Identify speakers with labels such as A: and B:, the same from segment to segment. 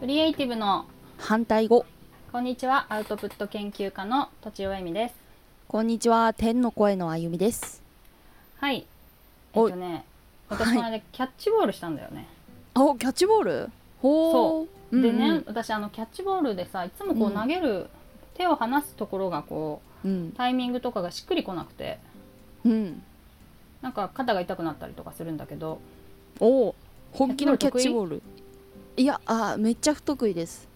A: クリエイティブの
B: 反対語
A: こんにちはアウトプット研究家のとちおえみです
B: こんにちは天の声のあゆみです
A: はいえっ
B: お
A: とね私この間キャッチボールしたんだよね、
B: あおキャッチボールほう
A: で
B: うんう
A: ね
B: ん
A: 私あのキャッチボールでさいつもこう投げる、手を離すところがこ
B: うん
A: うタイミングとかがしっくりこなくて
B: うん
A: なんか肩が痛くなったりとかするんだけど
B: おお本気のキャッチボールいやあめっちゃ不得意です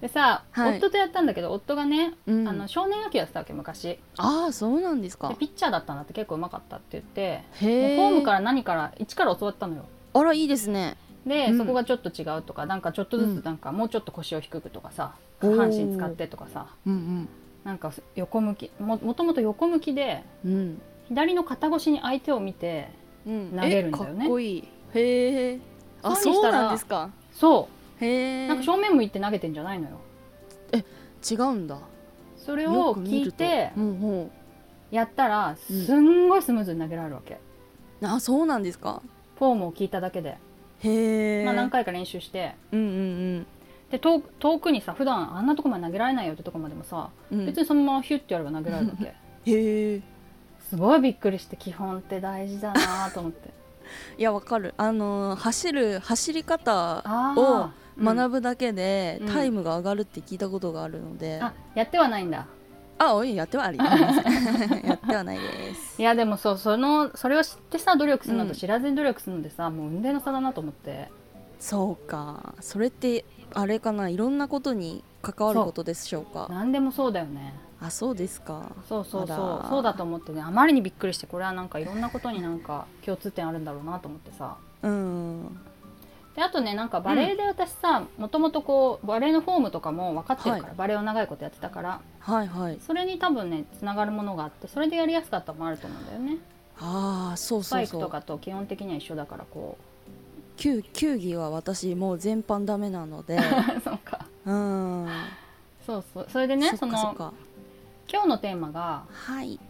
A: でさ、
B: はい
A: 夫とやったんだけど夫がね、
B: うん
A: あの少年野球やってたわけ昔
B: ああそうなんですか
A: でピッチャーだったんだって結構うまかったって言って、
B: へ
A: もう
B: え
A: フォームから何から一から教わったのよ
B: あらいいですね
A: で、
B: うん
A: そこがちょっと違うとかなんかちょっとず
B: うん
A: つなんかもうちょっと腰を低くとかさ、
B: おー
A: 下半身使ってとかさ
B: うん
A: なんか横向きももともと横向きで
B: うんうん
A: 左の肩越しに相手を見て
B: うん
A: 投げるんだよね
B: えかっこいいへえあ
A: そうにし
B: そう
A: たら
B: なんですか
A: そ
B: へ
A: う
B: え
A: なんか正面向いて投げてんじゃないのよ
B: 違うんだ
A: それ
B: よ
A: を
B: く見
A: 聞
B: る
A: い
B: と
A: て
B: うんうん
A: やったら
B: うん
A: すんごいスムーズに投げられるわけ、
B: あそうなんですか
A: フォームを聞いただけで、
B: へえ
A: まあ、何回か練習して
B: うんうん
A: で遠く遠くにさ普段あんなとこまで投げられないよってとこまでもさ、
B: うんうん
A: 別にそのままヒュッてやれば投げられるわ け
B: へえ
A: すごいびっくりして基本って大事だなと思って
B: いやわかるあのー走る走り方
A: あーうん
B: 学ぶだけで
A: うん
B: タイムが上がるって聞いたことがあるので、
A: あやってはないんだ
B: あおいやって はありませんやってはないです
A: いやでもそうそのそれを知ってさ努力するのと知らずに努力するのでさ、もう運命の差だなと思って
B: そうかそれってあれかないろんなことに関わることでしょうか
A: 何でもそうだよね
B: あそうですか
A: そうそう
B: あ
A: そう
B: ら
A: そうだと思ってねあまりにびっくりしてこれはなんかいろんなことになんか共通点あるんだろうなと思ってさ
B: うん
A: であとねなんかバレエで私さもともとこうバレエのフォームとかも分かってるから、
B: は
A: バレエを長いことやってたから
B: はいはい
A: それに多分ねつながるものがあってそれでやりやすかったのもあると思うんだよね
B: ああそう
A: スパ
B: そう
A: イク
B: そ
A: と
B: う
A: かと基本的には一緒だからこ
B: 球球技は私もう全般ダメな ので
A: うそうか
B: うん
A: そうそうそれでね
B: そ
A: そ
B: っかそっ
A: の
B: か
A: 今日のテーマが
B: はい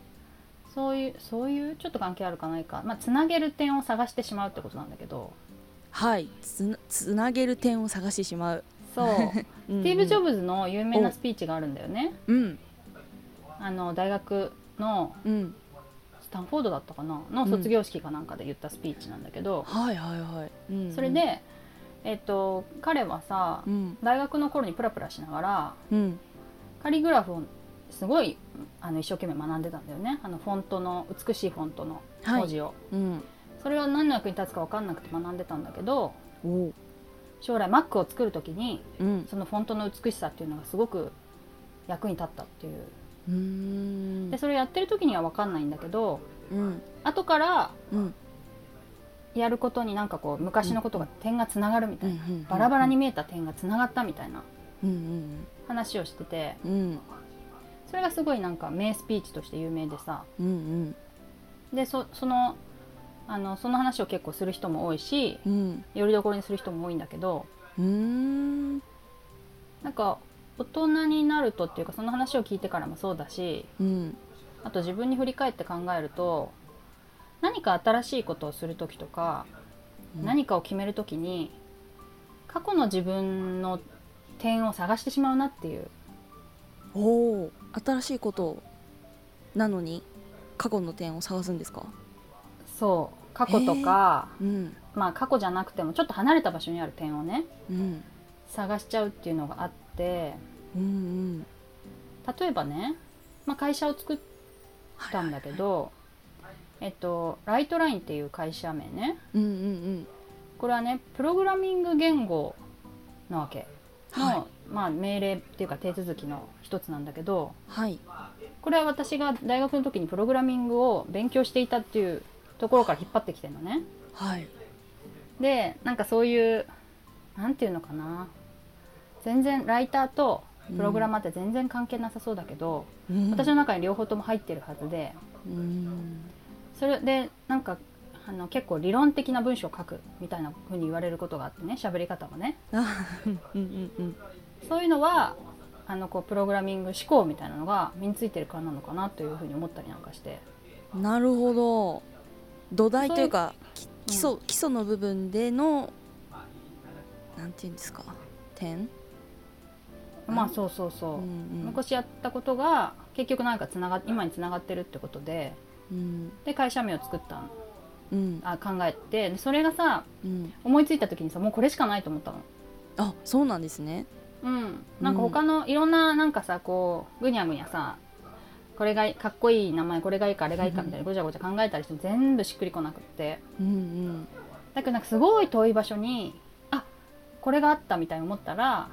A: そういうそういうちょっと関係あるかないか、まあ、つなげる点を探してしまうってことなんだけど
B: はいつなつなげる点を探してしまう
A: そうス
B: ス
A: テ
B: テ
A: ィーブ・ジョ
B: ブ
A: ブズの有名なスピーチがあるんだよね
B: うん
A: あの大学の
B: うん
A: スタンフォードだったかなの卒業式かなんかで言ったスピーチなんだけど、
B: はいはいはい、うんうん
A: それで、えっと彼はさ、
B: うん
A: 大学の頃にプラプラしながら
B: うん
A: カリグラフをすごいあの一生懸命学んでたんだよねあのフォントの美しいフォントの
B: はい
A: 文字を、
B: うん
A: それは何の役に立つか分かんなくて学んでたんだけど
B: お
A: 将来 Mac を作る時に
B: うん
A: そのフォントの美しさっていうのがすごく役に立ったっていう
B: うーん
A: でそれやってる時には分かんないんだけど
B: うん
A: 後から
B: うん
A: やることになんかこう昔のことが点がつながるみた
B: う
A: い
B: んう
A: な、
B: ん
A: バラバラに見えた点がつながったみたいな
B: うん
A: 話をしてて
B: うんうん
A: それがすごいなんか名スピーチとして有名でさ
B: うんうん
A: でそそのあのその話を結構する人も多いし
B: うん
A: よりどころにする人も多いんだけど
B: うーん
A: なんか大人になるとっていうかその話を聞いてからもそうだし
B: うん
A: あと自分に振り返って考えると何か新しいことをする時とか、
B: うん
A: 何かを決める時に過去の自分の点を探してしまうなっていう
B: おお新しいことなのに過去の点を探すんですか
A: そう過去とか、
B: うん
A: まあ過去じゃなくてもちょっと離れた場所にある点をね
B: うん
A: 探しちゃうっていうのがあって
B: うんうん
A: 例えばね、まあ、会社を作ったんだけど、えっと、ライトラインっていう会社名ね
B: うんうん
A: これはねプログラミング言語なわけ
B: うん
A: の、
B: はい
A: まあ、命令っていうか手続きの一つなんだけど
B: はい
A: これは私が大学の時にプログラミングを勉強していたっていうところから引っ張ってきてるのね。
B: はい
A: でなんかそういうなんていうのかな全然ライターとプログラマーって全然関係なさそうだけど、
B: うん
A: 私の中に両方とも入ってるはずで
B: うん
A: それでなんかあの結構理論的な文章を書くみたいな風に言われることがあってね喋り方もね
B: あうんうんうん
A: そういうのはあのこうプログラミング思考みたいなのが身についてるからなのかなというふうに思ったりなんかして
B: なるほど土台というかき
A: う
B: 基礎基礎の部分でのなんていうんですか点
A: ま
B: う
A: あ
B: ん
A: そうそうそう、
B: ん
A: 昔やったことが結局なんかつなが今につながってるってことで
B: うん
A: で会社名を作ったの
B: うん
A: あ考えてでそれがさ
B: うん
A: 思いついた時にさもうこれしかないと思ったの。
B: あそうなんですね
A: うん、なんか他のいろんななんかさこうぐにゃぐにゃさこれがいいかっこいい名前これがいいかあれがいいかみたいなごちゃごちゃ考えたりしても全部しっくりこなくって
B: うん
A: だけどなんかすごい遠い場所にあこれがあったみたいに思ったら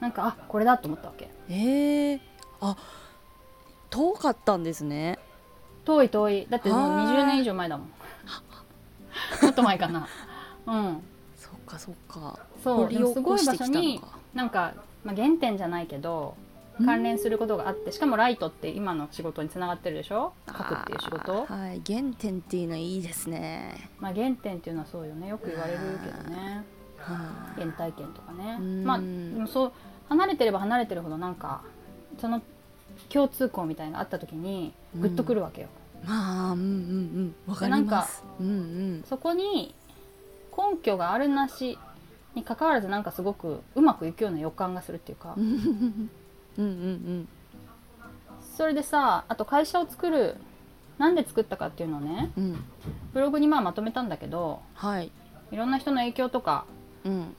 A: なんかあこれだと思ったわけ
B: うんえー、あ遠かったんですね
A: 遠い遠いだってもう
B: はー
A: 20年以上前 だもんもっと前かなうん
B: そっかそっか
A: そう
B: 掘
A: で
B: り
A: も
B: 起
A: すご
B: こ
A: い
B: し
A: 場
B: て
A: 所
B: きたの
A: に
B: か
A: なんか、まあ、原点じゃないけど関連することがあってしかもライトって今の仕事につながってるでしょ書くっていう仕事
B: あーはい原点っていうのいいですね
A: まあ、原点っていうのはそうよねよく言われるけどね
B: は
A: 原体験とかね
B: うん
A: まあでもそう離れてれば離れてるほどなんかその共通項みたいなのがあった時にグッとくるわけよ、
B: いまあうんうんうんわかりますうん
A: そこに根拠があるなしに関わらずなんかすごくうまくいくような予感がするっていうか、
B: うんうんうんうん
A: それでさあと会社を作るなんで作ったかっていうのをね
B: うん
A: ブログにまあまとめたんだけど
B: はい
A: いろんな人の影響とか
B: うん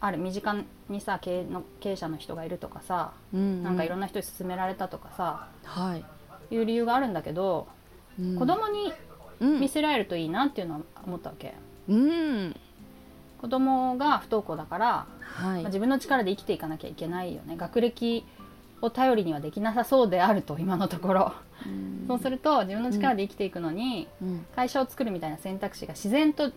A: ある身近にさ経営の経営者の人がいるとかさ
B: うん
A: なんかいろ
B: ん
A: んな人に勧められたとかさ、
B: なはい
A: いう理由があるんだけど、
B: うん
A: 子供に
B: うん
A: 見せられるといいなっていうのは思ったわけ
B: うん
A: 子供が不登校だから、
B: は
A: まあ
B: い
A: 自分の力で生きていかなきゃいけないよね学歴を頼りにはできなさそうであると今のところ、
B: うん
A: そうすると自分の力で生きていくのに、
B: うん
A: 会社を作るみたいな選択肢が自然と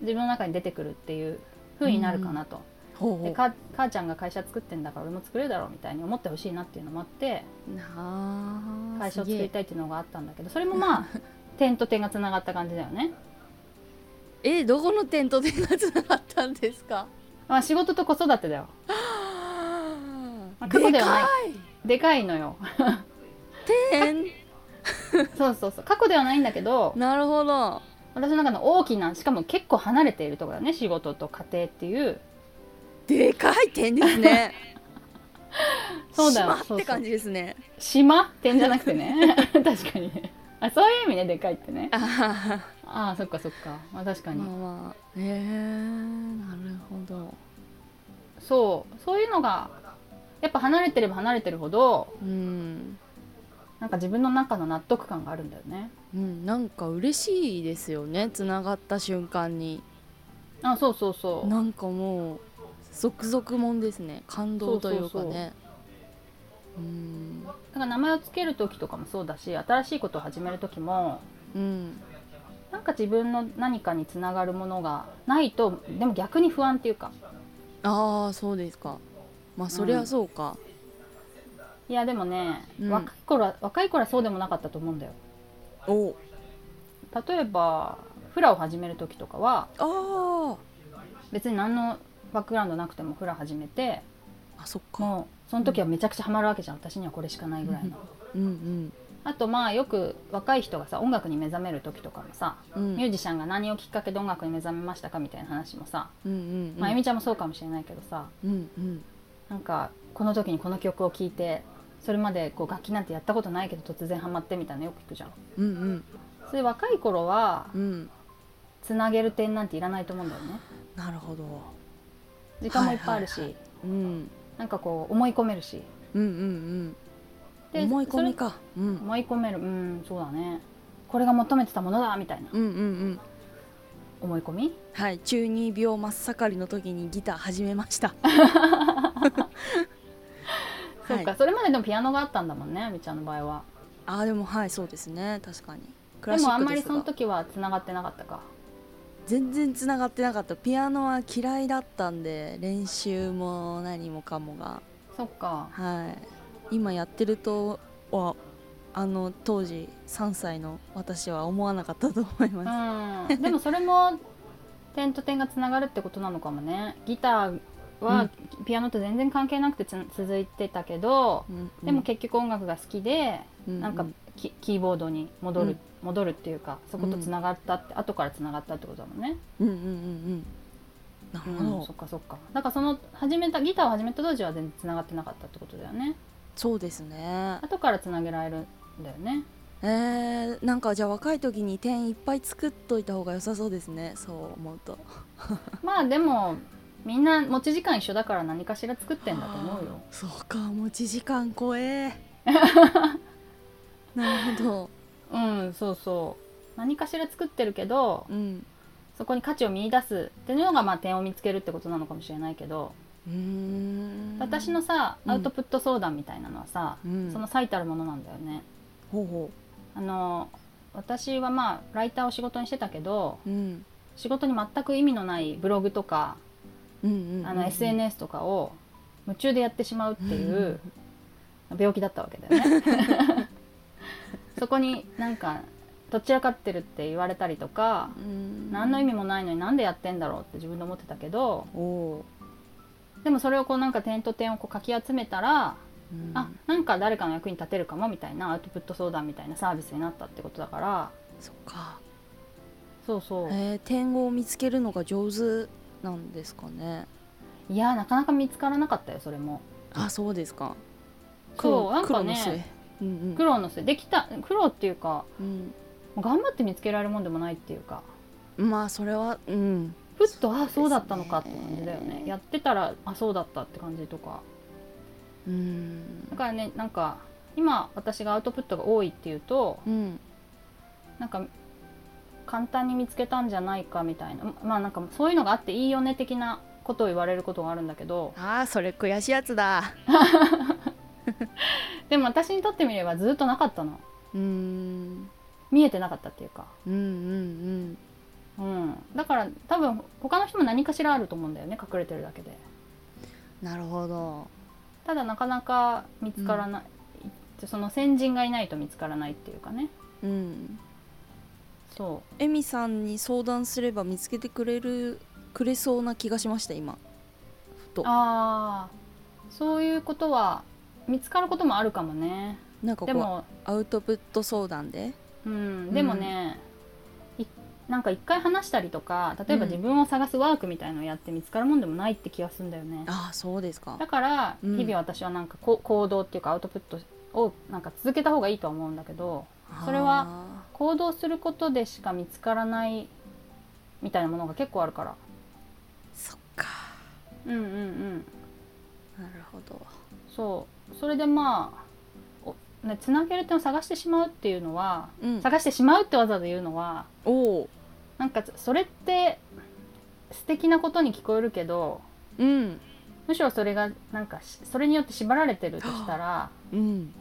A: 自分の中に出てくるっていう風になるかなと、
B: ほうほ
A: で
B: う
A: か母ちゃんが会社作ってんだから俺も作れるだろうみたいに思ってほしいなっていうのもあって
B: なあ
A: 会社を
B: すげ
A: 作
B: え
A: りたいっていうのがあったんだけどそれもまあ点と点がつながった感じだよね、
B: えどこの点と点がつながったんですか
A: まあ、仕事と子育てだよ
B: あ
A: あ過去ではない
B: い
A: でかいのよ
B: 点
A: そうそうそう過去ではないんだけど
B: なるほど
A: 私の中の大きなしかも結構離れているところだよね仕事と家庭っていう
B: でかい点ですね
A: そうだよ
B: 島って感じですね
A: 島点じゃなくてね確かにねあそういう意味ねでかいってね
B: あ はは
A: ああそっかそっか、まあ、確かに、
B: まあまあへえなるほど
A: そうそういうのがやっぱ離れてれば離れてるほど
B: うん
A: なんか自分の中の納得感があるんだよね
B: うん、なんか嬉しいですよねつながった瞬間に
A: あそうそうそう
B: なんかもう続々もんですね感動というかねうん
A: だから名前を付ける時とかもそうだし新しいことを始める時も
B: うん
A: なんか自分の何かにつながるものがないとでも逆に不安っていうか
B: ああそうですかまあそりゃそうか、
A: いやでもね、
B: うん
A: 若い頃は若い頃はそうでもなかったと思うんだよ
B: お
A: 例えばフラを始める時とかは
B: あ
A: 別に何のバックグラウンドなくてもフラ始めて
B: ああそっか
A: もうその時はめちゃくちゃハマるわけじゃん私にはこれしかないぐらいの
B: うん
A: あとまあよく若い人がさ音楽に目覚める時とかもさ
B: うんうん
A: ミュージシャンが何をきっかけで音楽に目覚めましたかみたいな話もさ、
B: うんうんうん
A: まあ、あゆみちゃんもそうかもしれないけどさ
B: うんうん
A: なんかこの時にこの曲を聴いてそれまでこう楽器なんてやったことないけど突然ハマってみたいなのよく聞くじゃん
B: うんうん
A: それ若い頃は
B: うん
A: つなげる点なんていらないと思うんだよね
B: なるほど
A: 時間もいっぱいあるし、
B: うん
A: なんかこう思い込めるし
B: うんうんうん
A: で
B: 思い込みかうん
A: それ思い込めるうんそうだねこれが求めてたものだみたいな
B: うんうんうん
A: 思い込み
B: はい中二病真っ盛りの時にギター始めました
A: そうか、
B: はい、
A: それまででもピアノがあったんだもんねあみちゃんの場合は
B: あーでもはいそうですね確かにク
A: で
B: ラシ
A: もあ
B: ッ
A: ん
B: ク
A: ま
B: で
A: り
B: す
A: その
B: が
A: 時はつながってなかったか
B: 全然つながってなかったピアノは嫌いだったんで練習も何もかもが
A: そっか
B: はい今やってるとはあの当時3歳の私は思わなかったと思います
A: うんでもそれも点と点がつながるってことなのかもねギター
B: う
A: は
B: ん
A: ピアノと全然関係なくてつ続いてたけど、
B: うん
A: でも結局音楽が好きで、
B: うん
A: なん
B: う
A: かキキーボードに戻る、
B: うん
A: 戻るっていうかそことつながったって、後からつながったってことだもんね
B: うんうんうんなる
A: う
B: ほど、
A: ん、そっかそっかだからその始めたギターを始めた当時は全然つながってなかったってことだよね
B: そうですね
A: 後からつなげられるんだよね
B: えー、なんかじゃあ若い時に点いっぱい作っといた方が良さそうですねそう思うと
A: まあでもみんな持ち時間一緒だから何かしら作ってんだと思うよ
B: そうか持ち時間超 えなるほ
A: う
B: ど
A: んそうそう何かしら作ってるけど
B: うん
A: そこに価値を見出すっていうのがまあ点を見つけるってことなのかもしれないけど、
B: うーん
A: 私のさ
B: うん
A: アウトプット相談みたいなのはさ、
B: うん
A: その最たるものなんだよね
B: ほうほ
A: あの私はまあライターを仕事にしてたけど
B: う、うん、
A: 仕事に全く意味のないブログとか
B: うんうんうん
A: あの SNS とかを夢中でやってしまうっていう病気だったわけだよね。 そこになんかどちらかってるって言われたりとか
B: うん
A: 何の意味もないのになんでやってんだろうって自分で思ってたけど
B: おお
A: でもそれをこうなんか点と点をこうかき集めたら
B: ー、うん
A: あなんか誰かの役に立てるかもみたいなアウトプット相談みたいなサービスになったってことだから
B: そっか
A: そうそう
B: えー、点を見つけるのが上手なんですかね
A: いやなかなか見つからなかったよそれも。
B: あそうですか
A: そうなんか
B: 黒の末
A: ね
B: うんうん
A: 苦労のせいできた苦労っていうか
B: うん
A: 頑張って見つけられるもんでもないっていうか
B: まあそれはうん
A: ふっとあそう
B: そですね
A: うだったのかって感じだよねやってたらあそうだったって感じとか
B: うん
A: だからねなんか今私がアウトプットが多いっていうと
B: うん
A: なんか簡単に見つけたんじゃないかみたいなまあなんかそういうのがあっていいよね的なことを言われることがあるんだけど
B: あーそれ悔しいやつだ
A: でも私にとってみればずっとなかったの
B: うーん
A: 見えてなかったっていうか、
B: うんうん
A: うん、だから多分他の人も何かしらあると思うんだよね隠れてるだけで
B: うんなるほど
A: ただなかなか見つからない、その先人がいないと見つからないっていうかね
B: うん
A: そう
B: エミさんに相談すれば見つけてくれるくれそうな気がしました今ふと
A: ああそういうことは見つかることもあるかもね
B: なんか
A: で
B: こ
A: も
B: うアウトプット相談で
A: うんでもね、いなんか一回話したりとか例えば自分を探すワークみたいのをやって見つかるもんでもないって気がするんだよね、
B: ああそうですか
A: だから
B: うん
A: 日々私はなんかこう行動っていうかアウトプットをなんか続けた方がいいとは思うんだけどそれは
B: は
A: 行動することでしか見つからないみたいなものが結構あるから
B: そっか
A: うんうんうん
B: なるほど
A: そうそれでまあおねつなげる点を探してしまうっていうのは、
B: うん
A: 探してしまうってわざわざ言うのは
B: おお
A: なんかそそれって素敵なことに聞こえるけど
B: うん
A: むしろそれがなんかしそれによって縛られてるとしたら
B: うん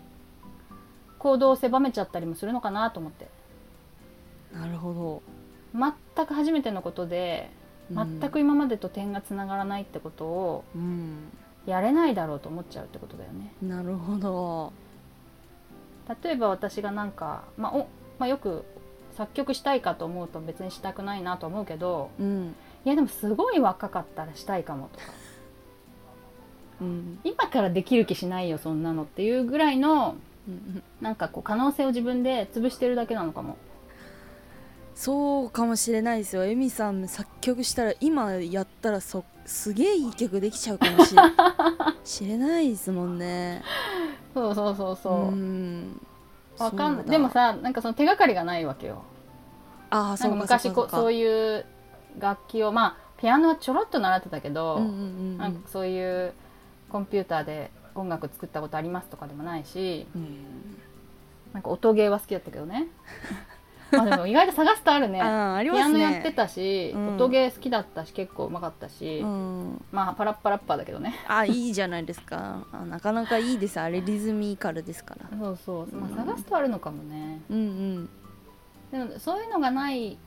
A: 行動を狭めちゃったりもするのかなと思って
B: なるほど
A: 全く初めてのことで
B: うん
A: 全く今までと点がつながらないってことを
B: うん
A: やれないだろうと思っちゃうってことだよね。
B: なるほど
A: 例えば私がなんか、まあおまあ、よく作曲したいかと思うと別にしたくないなと思うけど
B: うん
A: いやでもすごい若かったらしたいかもとか
B: うん
A: 今からできる気しないよそんなのっていうぐらいの
B: うんうん
A: なんかこう可能性を自分で潰してるだけなのかも
B: そうかもしれないですよエミさん作曲したら今やったらそすげえいい曲できちゃうかもしれしれないですもんね
A: そうそうそうそううんわかん
B: そ
A: な
B: う
A: い
B: だ
A: でもさなんかその手がかりがないわけよ
B: ああ
A: な
B: そ
A: ん
B: う
A: か
B: か
A: 昔こうそう
B: いう
A: いう楽器をまあピアノはちょろっと習ってたけど、
B: うんうんうんう
A: なん
B: ん
A: かそういうコンピューターで音楽作ったことありますとかでもないし
B: うん
A: なんか音ゲーは好きだったけどね まあでも意外と探すとあるね
B: あああり
A: ピ
B: ま
A: ア
B: す
A: ノ
B: ね
A: やってたし、
B: うん
A: 音ゲー好きだったし結構うまかったし、
B: うん
A: まあパラッパラッパーだけどね
B: あいいじゃないですかあなかなかいいですあれリズミカルですから
A: そうそう、まあ、
B: うん
A: 探すとあるのかもね、
B: うん
A: でもそういうのがない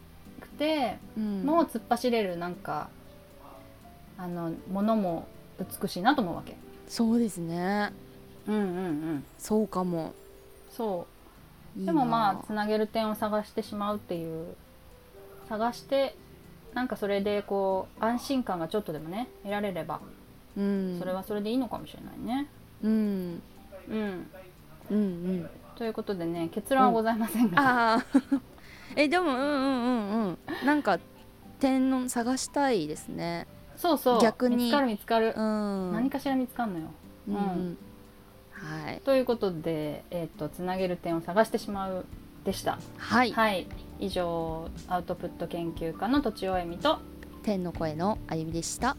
A: くて、
B: うんうん
A: もう突っ走れるなんかあのものも美しいなと思うわけ
B: そうですね
A: うんうんうん
B: そうかも
A: そう
B: いいな
A: でもまあつなげる点を探してしまうっていう探してなんかそれでこう安心感がちょっとでもね得られれば
B: うん
A: それはそれでいいのかもしれないね。
B: うん
A: うん、
B: うんうん
A: ということでね結論はございませんが、
B: ああ えでもうんうんうんうんなんか天の探したいですね
A: そうそう
B: 逆に
A: 見つかる見つかる
B: う、ん
A: 何かしら見つかんのよ
B: うんう
A: うん
B: はい
A: ということで、えー、とつなげる点を探してしまうでした
B: はい、
A: はい以上アウトプット研究家のとちおえみと
B: 天の声のあゆみでした